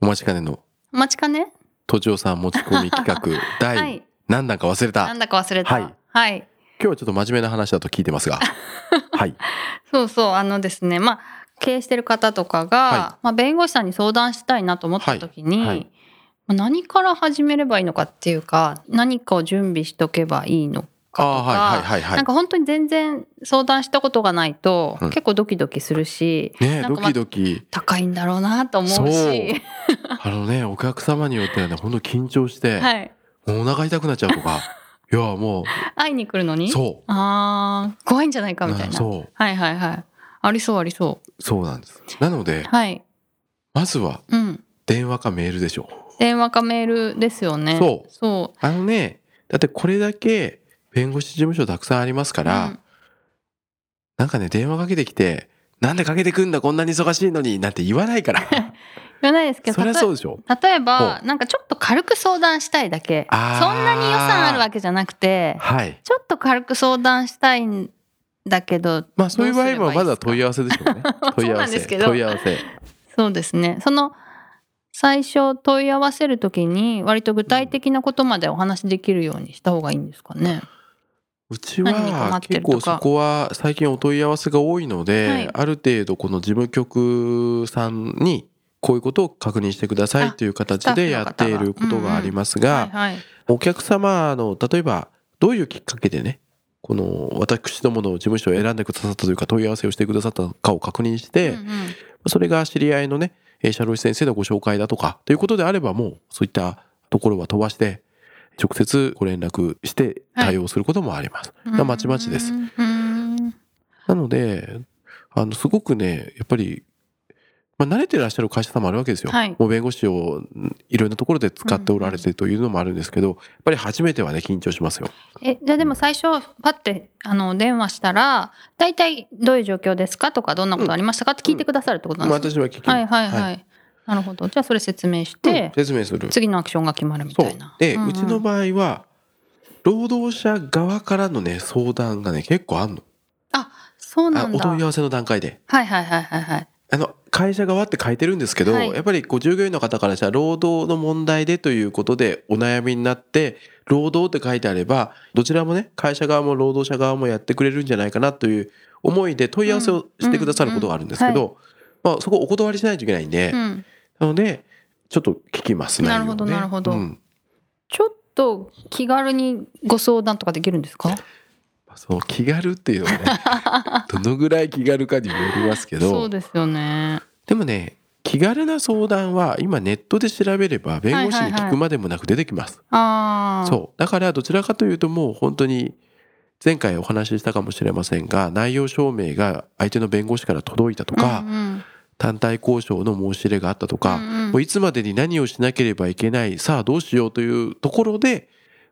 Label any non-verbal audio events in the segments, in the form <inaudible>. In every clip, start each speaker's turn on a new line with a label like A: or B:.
A: お待ちかねの、
B: お待ちかね
A: とちおさん持ち込み企画、第、
B: <laughs> はい
A: 何弾か忘れた。
B: な
A: 今
B: んだか忘れた
A: はい
B: はい、
A: 日はちょっと真面目な話だと聞いてま
B: <laughs>
A: すが。はい。
B: そうそう、あのですね、まあ、経営してる方とかが、
A: は
B: まあ、弁護士さんに相談したいなと思った時に、
A: はいはい
B: まあ何から始めればいいのかっていうか、何かを準備しとけばいいのかと
A: あ
B: か、
A: あ、はいはいはいは
B: なん
A: い。
B: か本当に全然相談したことがないと、
A: うん
B: 結構ドキドキするし、
A: ねえ
B: なん
A: ド
B: かまあ
A: キドキ。
B: 高いんだろうなと思うし、
A: あのね、お客様によってはね、ほんと緊張し
B: <laughs>
A: て、
B: はい、
A: もうお腹痛くなっちゃうと
B: <laughs>
A: か、いや、も
B: 会いに来るの
A: う、
B: に、
A: そ。
B: ああ、怖いんじゃないうかみたいな。
A: そう、
B: はいはいはい。ありそうありそ
A: そうなんです。なの
B: う。
A: で、
B: はい。
A: まずは
B: うん。
A: 電話かメールでしょう。
B: 電話かメールですよね。
A: そう
B: そう。
A: あのね、だってこれだけ弁護士事務所たくさんありますから、
B: うん
A: なんかね、電話かけてきて、なんでかけてくんだ、こんなに忙しいのに、なんて言わな
B: <laughs>
A: いから。
B: 言わないですけ
A: そ
B: ど
A: り
B: 例
A: ゃ
B: え
A: そうでしょ。
B: 例えば
A: ほ
B: なんかちょっと軽く相談したいだけそん
A: あー
B: なに予算あるわけじゃなくて
A: はい。
B: ちょっと軽く相談したいんだけど
A: まあそういう場合
B: どう
A: は
B: すればいいですか。
A: まだ問い合わせでしょうね
B: <laughs> そう
A: 問い合
B: な
A: わ
B: んです
A: せ。
B: けど
A: 問い合わせ。
B: そうですねその最初問い合わせるときに割と具体的なことまでお話しできるようにした方がいいんですかね。
A: うち
B: 何に困
A: は
B: ってると
A: 結
B: か
A: 構そこは最近お問い合わせが多いので、
B: はい
A: ある程度この事務局さんにこういうことを確認してくださ
B: あ
A: いという形でやっていることがありますが、
B: はいはい、
A: お客様の例えばどういうきっかけでねこの私どもの事務所を選んでくださったというか問い合わせをしてくださったかを確認して、
B: うんうん
A: それが知り合いのねえー社労士先生のご紹介だとかということであればもうそういったところは飛ばして直接ご連絡して対応することもあります。
B: う
A: まあ
B: ん
A: まちまちです。
B: うんうん
A: なのであのすごくねやっぱり、まあ、慣れてらっしゃる会社さんもあるわけですよ。
B: はい
A: もう弁護士をんいろんなところで使っておられてというのもあるんですけどやっぱり初めてはね緊張しますよ。
B: えじゃあでも最初パッてあの電話したら大体どういう状況ですかとかどんなことありましたかって聞いてくださるってことなん
A: まあ、
B: です
A: 私は聞き
B: か、
A: ま
B: はい
A: す
B: はいはい、
A: は
B: なるほどじゃあそれ説明し
A: うん
B: て、
A: 説明する
B: 次のアクションが決まるみ
A: そ
B: た
A: う
B: いな
A: で、うん
B: んん
A: ちの場合は労働者側からのね相談がね結構あんの
B: そうな
A: あ
B: ん
A: お
B: だ
A: 問い合
B: は
A: わせの段階で
B: いはいはいはいはい
A: あの会社側って書いてるんですけど、
B: はい
A: やっぱりこう従業員の方からしたら労働の問題でということでお悩みになって労働って書いてあればどちらもね会社側も労働者側もやってくれるんじゃないかなという思いで問い合わせをしてくださることがあるんですけど、まあ、そこお断りしないといけないんで、
B: うん
A: なのでちょっと聞きます
B: なるほど
A: 内容をね
B: なるほど
A: うん
B: ちょっと気軽にご相談とかできるんですか
A: その気軽っていう
B: <laughs>
A: のはねどのぐらい気軽かにもよりますけ
B: そ
A: ど
B: う
A: で
B: ですよね
A: もね気軽な相談は今ネットで調べれば弁護士
B: はい
A: に
B: はいはい
A: 聞くまでもなく出てきます、
B: ああ
A: そうだからどちらかというともう本当に前回お話ししたかもしれませんが内容証明が相手の弁護士から届いたとか、
B: うんうん
A: 単体交渉の申し入れがあったとか、
B: うんうん
A: もういつまでに何をしなければいけないさあどうしようというところで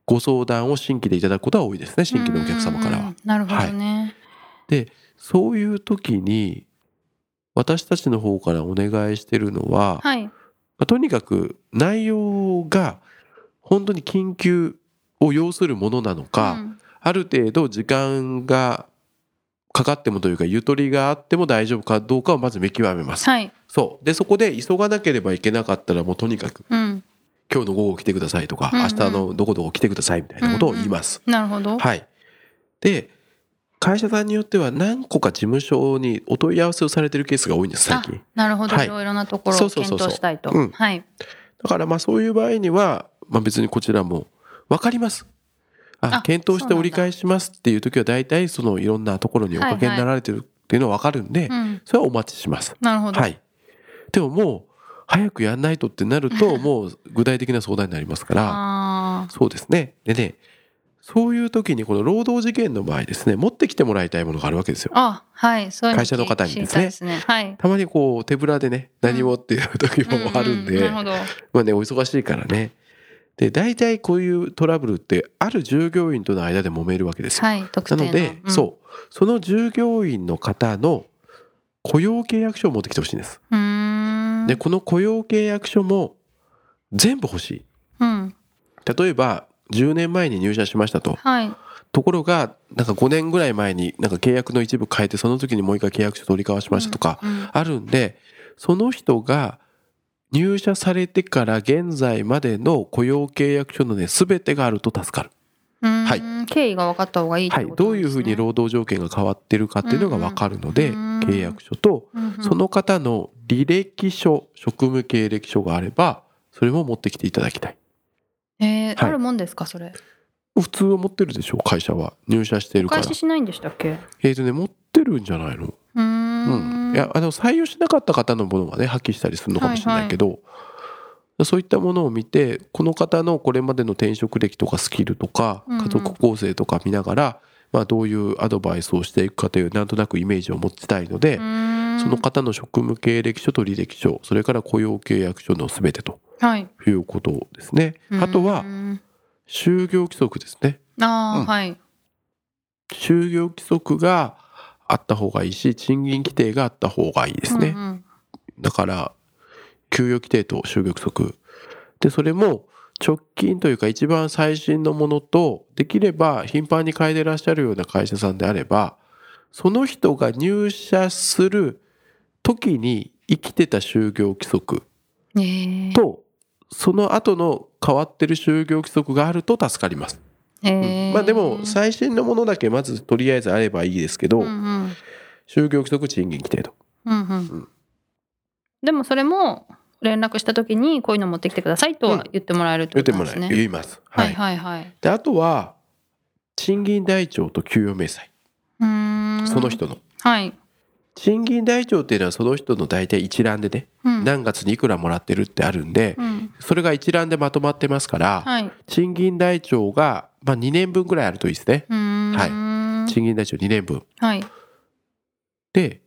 A: ご相談を新規でいただくことは多いですね新規のお客様から
B: うんうんう
A: は
B: ん。なるほどね、
A: そういう時に私たちの方からお願いしてるのは、ま
B: はい
A: あとにかく内容が本当に緊急を要するものなのか、
B: うん
A: ある程度時間がかかってもというかゆとりがあっても大丈夫かどうかをまず見極めます。
B: はい
A: そうでそこで急がなければいけなかったらもうとにかく
B: うん
A: 今日の午後来てくださいとか、
B: うんうん
A: 明日のどこどこ来てくださいみたいなことを言います。
B: なるほど
A: はい。で、会社さんによっては何個か事務所にお問い合わせをされてるケースが多いんです、最近
B: あ。なるほど、
A: はい
B: い、ろいろなところ
A: そ
B: を
A: うそう
B: 検
A: そうそう
B: 討したいと
A: うん
B: はい
A: だからまあそういう場合には、まあ別にこちらも分かります。あ
B: あ
A: 検討
B: そ
A: し
B: うな
A: て
B: んだ
A: 折り返しますっていう時は大体そのいろんなところにおかけになられてるっていうのは分かるんで、
B: うん
A: それはお待ちします。
B: なるほど、
A: はい。でももう早くやんないとってなるともう具体的な相談になりますから、
B: あ
A: そうですね。でね、そういう時にこの労働事件の場合ですね持ってきてもらいたいものがあるわけですよ。
B: あ、はい、そういう
A: 会社の方にですね
B: 知りたいですね。はい。
A: たまにこう手ぶらでね何もっていう時もあるんで、
B: ううなるほど。
A: まあねお忙しいからね。で大体こういうトラブルってある従業員との間で揉めるわけですよ。
B: はい、特定
A: な
B: の。
A: ので、
B: うん、
A: そうその従業員の方の雇用契約書を持ってきてほしいんです。
B: うーん。
A: でこの雇用契約書も全部欲しい。
B: うん。
A: 例えば10年前に入社しましたと。
B: はい。
A: ところがなんか5年ぐらい前になんか契約の一部変えてその時にもう一回契約書取り交わしましたとか
B: うん
A: あるんでその人が入社されてから現在までの雇用契約書のね全てがあると助かる、
B: うん
A: はい
B: うん経緯が分かった方がいいって
A: は
B: こ
A: い
B: となん、ですね。
A: どういうふうに労働条件が変わってるかっていうのが分かるので
B: うんうん
A: 契約書と
B: うんうん
A: その方の履歴書職務経歴書があればそれも持ってきていただきたい
B: えー
A: はい
B: あるもんですかそれ。
A: 普通は持ってるでしょう会社は入社してい
B: お
A: るか
B: 返
A: ら
B: ししないんでしたっけ？う
A: えーとね持ってるんじゃないの
B: ー。
A: うんん、いやあの採用しなかった方のものはね破棄したりするのかもしれないけど、そういったものを見てこの方のこれまでの転職歴とかスキルとか
B: うんうん
A: 家族構成とか見ながら、まあ、どういうアドバイスをしていくかというなんとなくイメージを持ちたいので、そ
B: そ
A: の方の職務経歴書と履歴書それから雇用契約書の全てと
B: はい。
A: いうことですね。あと
B: う
A: は
B: ん
A: 就業規則ですね。
B: ああ、
A: うん
B: はい。
A: 就業規則があった方がいいし賃金規定があった方がいいですね。
B: うんうん
A: だから給与規定と就業規則でそれも直近というか一番最新のものとできれば頻繁に変えてらっしゃるような会社さんであればその人が入社する時に生きてた就業規則
B: えー
A: とその後の変わってる就業規則があると助かります、うん
B: えー
A: まあでも最新のものだけまずとりあえずあればいいですけど、
B: うんうん
A: 就業規則賃金規定と
B: うんうん
A: うん
B: でもそれも連絡した時にこういうの持ってきてくださいとは言ってもらえるって
A: 言
B: こ
A: って
B: となんです
A: もらえ、
B: ね。
A: 言います、
B: はいはいはい。
A: であとは賃金台帳と給与明細
B: うーん
A: その。人の、
B: はい。
A: 賃金台帳っていうのはその人の大体一覧でね、
B: うん
A: 何月にいくらもらってるってあるんで、
B: うん
A: それが一覧でまとまってますから、
B: はい。う
A: 賃金台帳が、まあ、2年分ぐらいあるといいですね、
B: ーん
A: はい
B: はい。
A: 賃金台帳2年分
B: はい。
A: で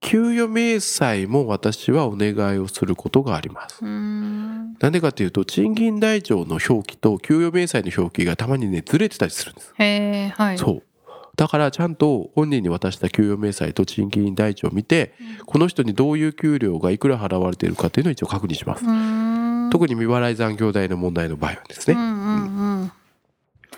A: 給与明細も私はお願いをすることがありま
B: う
A: す
B: ーん。
A: なんでかっていうと賃金台帳の表記と給与明細の表記がたまにねずれてたりするんです
B: へえはい。
A: そうだからちゃんと本人に渡した給与明細と賃金台帳を見て、この人にどういう給料がいくら払われているかっていうのを一応確認します、
B: うーん。
A: 特に未払い残業代の問題の場合はです
B: う
A: ね、
B: んうんうん。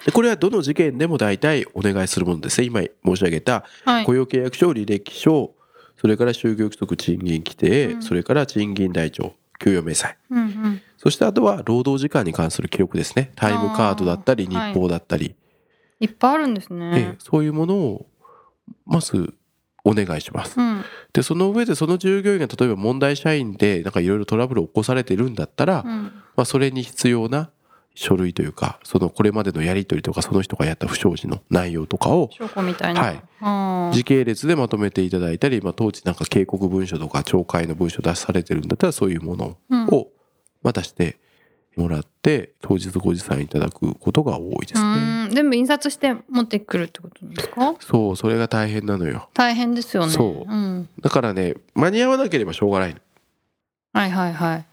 A: でこれはどの事件でも大体お願いするものですね今申し上げた
B: はい
A: 雇。用契約書履歴書それから就業規則賃金規定、
B: うん
A: それから賃金台帳給与明細
B: うんうん。
A: そしてあとは労働時間に関する記録ですねタイムカードだったり
B: あ
A: 日
B: ー
A: 報だったり、
B: いっぱいあるんです
A: ええ
B: ね。
A: そういうものをまずお願いします
B: うん。
A: でその上でその従業員が例えば問題社員でなんかいろいろトラブルを起こされてるんだったら、ま
B: うん。
A: あ、それに必要な書類というかそのこれまでのやり取りとかその人がやった不祥事の内容とかを
B: 証拠みたいな。
A: はい
B: あー
A: 時系列でまとめていただいたり、まあ、当時なんか警告文書とか懲戒の文書出されてるんだったらそういうもの
B: うん
A: をまあ出してもらって当日ご持参いただくことが多いですね。
B: うーん全部印刷して持ってくるってことなんですか
A: そうそれが大変なのよ
B: 大変ですよね、
A: そうんだからね間に合わなければしょうがない
B: はいはいはい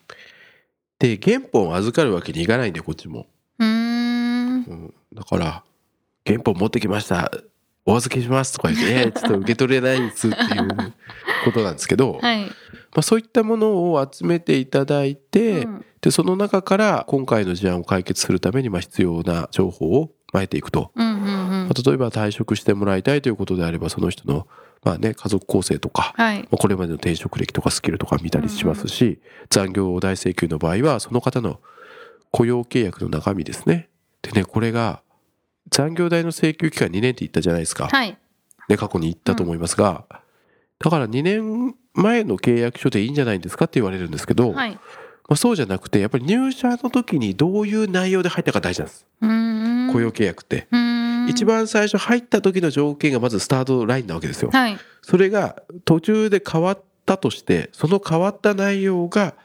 A: で原本を預かるわけにいかないんでこっちも。
B: うーん
A: うん、だから「原本持ってきましたお預けします」とか言って「いやちょっと受け取れないです」っていうことなんですけど、ま
B: はい、
A: あ、そういったものを集めていただいて、
B: うん
A: でその中から今回の事案を解決するためにまあ必要な情報をまいていくと、
B: うんうんうん
A: まあ、例えば退職してもらいたいということであればその人の、まあね、家族構成とか、
B: はい
A: まあこれまでの転職歴とかスキルとか見たりしますし、残業代請求の場合はその方の雇用契約の中身ですね。でねこれが残業代の請求期間2年って言ったじゃないですか、
B: はい
A: ね、過去に言ったと思いますが、だから2年前の契約書でいいんじゃないんですかって言われるんですけど、
B: はい
A: まあ、そうじゃなくてやっぱり入社の時にどういう内容で入ったか大事なんです、
B: うーん
A: 雇用契約って。
B: うーん
A: 一番最初入った時の条件がまずスタートラインなわけですよ。
B: はい
A: それが途中で変わったとしてその変わった内容が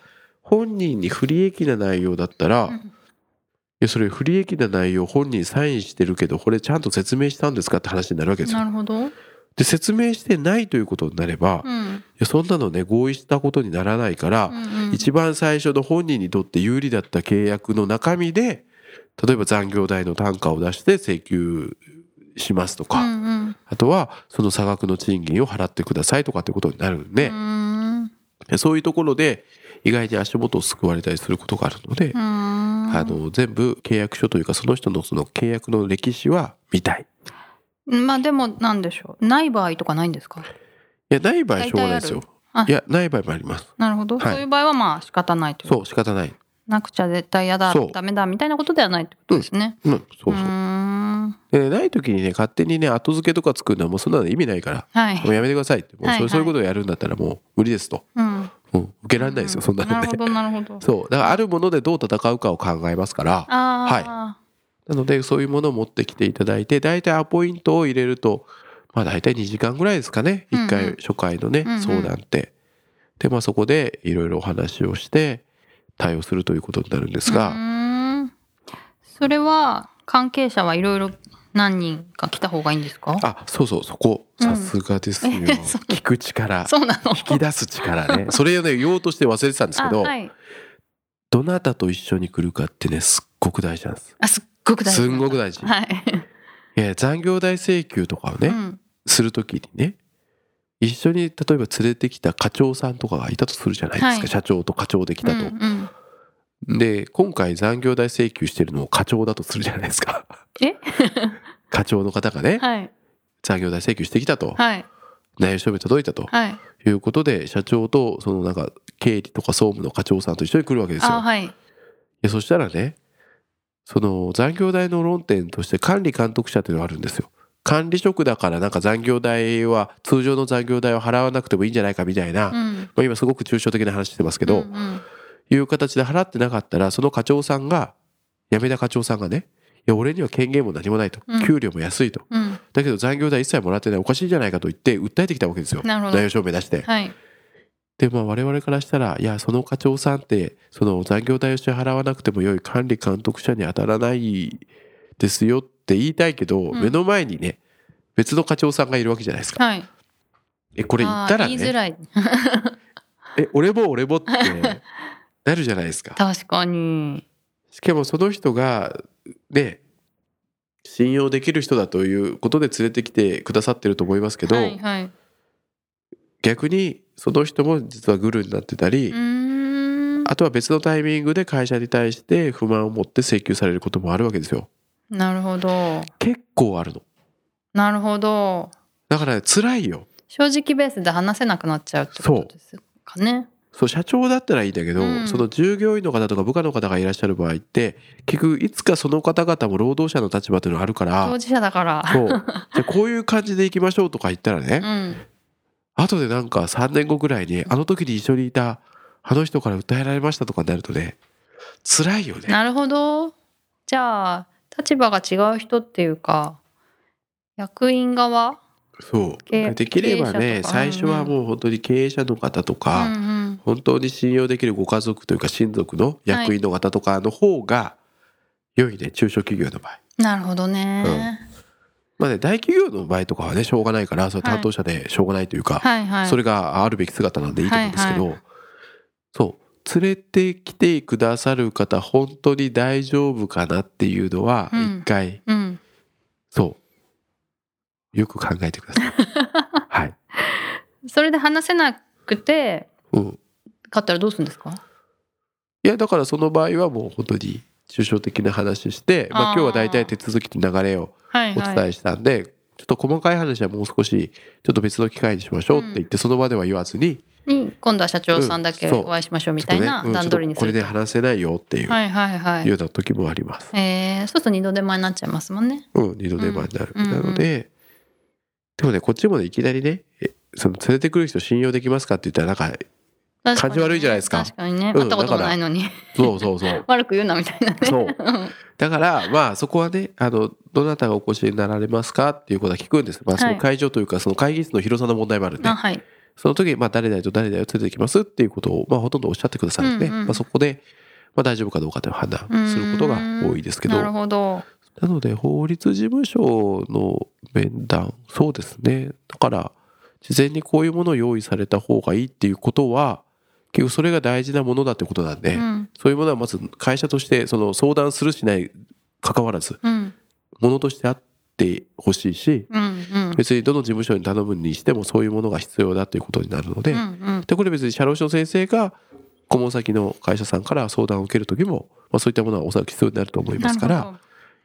A: 本人に不利益な内容だったら、
B: うん
A: いやそれ不利益な内容本人サインしてるけどこれちゃんと説明したんですかって話になるわけです
B: な
A: よ。
B: るほど。
A: で説明してないということになれば、い
B: うん。
A: やそんなのね合意したことにならないから、
B: うんうん
A: 一番最初の本人にとって有利だった契約の中身で例えば残業代の単価を出して請求しますとか、
B: うんうん
A: あとはその差額の賃金を払ってくださいとかってことになるんで
B: う、ーん。
A: そういうところで意外に足元をすくわれたりすることがあるの
B: う
A: で、
B: ーん
A: あの全部契約書というかその人のその契約の歴史は見たい。
B: まあでもなんでしょうない場合とかないんですか
A: いやない場合しょうがないですよ
B: 大体あ。るあ
A: いやない場合もあります。
B: なるほど、
A: はい
B: そういう場合はまあ仕方ないという
A: そう仕方ない。
B: なくちゃ絶対嫌だ
A: そう
B: ダメだみたいなことではないってことですね、
A: うんそうう
B: ー
A: そう。
B: ん
A: でない時にね勝手にね後付けとか作るのはもうそんなの意味ないから。
B: はい
A: もうやめてくださいってもう
B: はい
A: そ
B: は
A: う
B: い
A: そういうことをやるんだったらもう無理ですと、
B: うん
A: うん、受けられないですよそんなの
B: なる
A: ね
B: ほどなるほど
A: そうだからあるものでどう戦うかを考えますから
B: あ
A: なのでそういうものを持ってきていただいて大体アポイントを入れるとまあ大体2時間ぐらいですかね
B: うんうん
A: 1回初回のね、
B: うんうん
A: 相談って。でまあそこでいろいろお話をして対応するということになるんです
B: あ
A: が、
B: それは関係者はいろいろ何人か来た方がいいんですか
A: あそうそうそこ
B: うん
A: さすがですよ、
B: <laughs> えそう
A: 聞く力
B: そうなの
A: 引き出す力
B: <laughs>
A: ねそれをね言おうとして忘れてたんですけ
B: あ
A: ど、
B: はい
A: どなたと一緒に来るかってねすっごく大事なんです。
B: あすっごく大事
A: すんごく大事。
B: はい、
A: いや残業代請求とかをね、
B: うん
A: するときにね一緒に例えば連れてきた課長さんとかがいたとするじゃないですか、
B: はい
A: 社長と課長で来たと。
B: うんうん
A: で今回残業代請求してるのを課長だとするじゃないですか。
B: え
A: <laughs> 課長の方がね、
B: はい
A: 残業代請求してきたと、
B: はい
A: 内容証明届いたと
B: はい
A: いうことで社長とそのなんか経理とか総務の課長さんと一緒に来るわけですよ。
B: あはい
A: いやそしたらねその残業代の論点として管理監督者っていうのがあるんですよ。管理職だからなんか残業代は通常の残業代を払わなくてもいいんじゃないかみたいな、
B: う
A: ま
B: ん
A: あ、今すごく抽象的な話してますけど、
B: うんうん
A: いう形で払ってなかったらその課長さんが辞めた課長さんがねいや俺には権限も何もないと、
B: うん
A: 給料も安いと
B: うん
A: だけど残業代一切もらってないおかしいんじゃないかと言って訴えてきたわけですよ
B: なるほど
A: 内容証明出して。
B: はい
A: でまあ我々からしたらいやその課長さんってその残業代を支払わなくても良い管理監督者に当たらないですよって言いたいけど、
B: ん
A: 目の前にね別の課長さんがいるわけじゃないですか。
B: はい
A: えこれ言ったら
B: あー言いづ
A: ね
B: らい
A: 「え俺も俺も」って
B: <laughs>
A: なるじゃないですか。
B: 確かに
A: しかもその人がね信用できる人だということで連れてきてくださってると思いますけど、
B: はいはい、う
A: 逆にその人も実はグルになってたり、
B: ーん
A: あとは別のタイミングで会社に対して不満を持って請求されることもあるわけですよ。
B: なるほど
A: 結構あるの。
B: なるほど
A: だから、ね、辛いよ。
B: 正直ベースで話せなくなっちゃうってことですかね
A: そう、社長だったらいいんだけど、
B: うん
A: その従業員の方とか部下の方がいらっしゃる場合って、結局いつかその方々も労働者の立場というのがあるか
B: 当
A: ら、
B: 事者だから
A: そう。じゃあこういう感じでいきましょうとか言ったらね、
B: うん
A: 後でなんか3年後ぐらいに、あの時に一緒にいたあの人から訴えられましたとかになるとね、辛いよね。
B: なるほどじゃあ立場が違う人っていうか役員側
A: そう。
B: 経
A: できれ
B: 経営
A: ば
B: 者
A: ね、
B: とか
A: 最初はもう本当に経営者の方とか、
B: うんうん、
A: 本当に信用できるご家族というか親族の役員の方とかの方が良いね中小企業の場合
B: なるほどね、
A: まあね大企業の場合とかはねしょうがないからそれ担当者でしょうがないというか、
B: はいはい
A: それがあるべき姿なんでいいと思うんですけど、
B: はい
A: そう連れてきてくださる方本当に大丈夫かなっていうのは
B: うん
A: 一回、
B: うん
A: そうよく考えてく
B: <laughs>
A: ださいはい、
B: それで話せなくて
A: うん、
B: かったらどうするんですか
A: いやだからその場合はもう本当に抽象的な話して、まあ、
B: あー
A: 今日は大体手続きと流れを
B: はい
A: お
B: はい
A: 伝えしたんで、ちょっと細かい話はもう少しちょっと別の機会にしましょうって言って、その場では言わずに
B: に今度は社長さんだけ
A: うんそう
B: お会いしましょうみ
A: ちょ
B: た
A: っ
B: い
A: とね
B: な
A: うん
B: 段取りに
A: ちょ
B: す
A: っとこれ
B: る
A: で
B: と、
A: 話せないよっていう、
B: はいはいはい
A: ような時もあります。
B: えー、そうすると二度手前になっちゃいますもんね
A: うん、二度手間になる。
B: うんうん
A: なので、でもねこっちもねいきなりねえその連れてくる人信用できますかって言ったらなんか
B: 感
A: 感じ悪いじゃないですか
B: 確かにね
A: うん
B: 会ったこともないのに、
A: そうそうそう
B: <laughs> 悪く言うなみたいなね
A: そうだからまあそこはねあのどなたがお越しになられますかっていうことは聞くんです、まあ、そ
B: は
A: の
B: い
A: 会場というかその会議室の広さの問題もあるんで、
B: あはい
A: その時、まあ、誰々と誰々を連れてきますっていうことを、まあ、ほとんどおっしゃってくださるんで、
B: うんうん
A: まあ、そこで、まあ、大丈夫かどうかという判断することが多いですけど
B: なるほど。
A: なので法律事務所の面談そうですねだから事前にこういうものを用意された方がいいっていうことは結局それが大事なものだってことなんで、
B: うん
A: そういうものはまず会社としてその相談するしない関わらず
B: うん
A: ものとしてあってほしいし
B: うんうん
A: 別にどの事務所に頼むにしてもそういうものが必要だということになるので、
B: うんうん
A: でこれ別に社労士の先生が顧問先の会社さんから相談を受ける時も、まあ、そういったものはおそらく必要になると思います
B: な
A: か
B: る
A: ら
B: ほど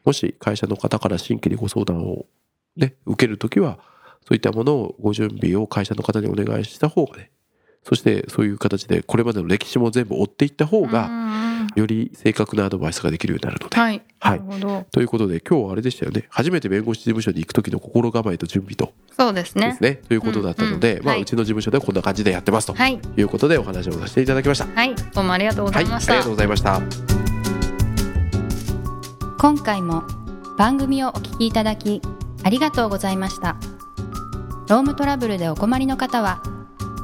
A: もし会社の方から新規にご相談を、ね、受ける時はそういったものをご準備を会社の方にお願いした方がねそしてそういう形でこれまでの歴史も全部追っていった方
B: う
A: が
B: んうん
A: より正確なアドバイスができるようになるので。
B: はい。
A: は
B: ないるほど。
A: ということで今日はあれでしたよね初めて弁護士事務所に行く時の心構えと準備と
B: そうです
A: で
B: ね
A: す。ねということだったので、
B: うんうん
A: まあ、
B: はいう
A: ちの事務所ではこんな感じでやってますと
B: はい
A: いうことでお話をさせていただきました。
B: はい。どうもありがとうござ
A: はいい、あ
B: ま
A: り
B: し
A: が
B: た
A: とう。ございました。
C: 今回も番組をお聞きいただきありがとうございましたロームトラブルでお困りの方は「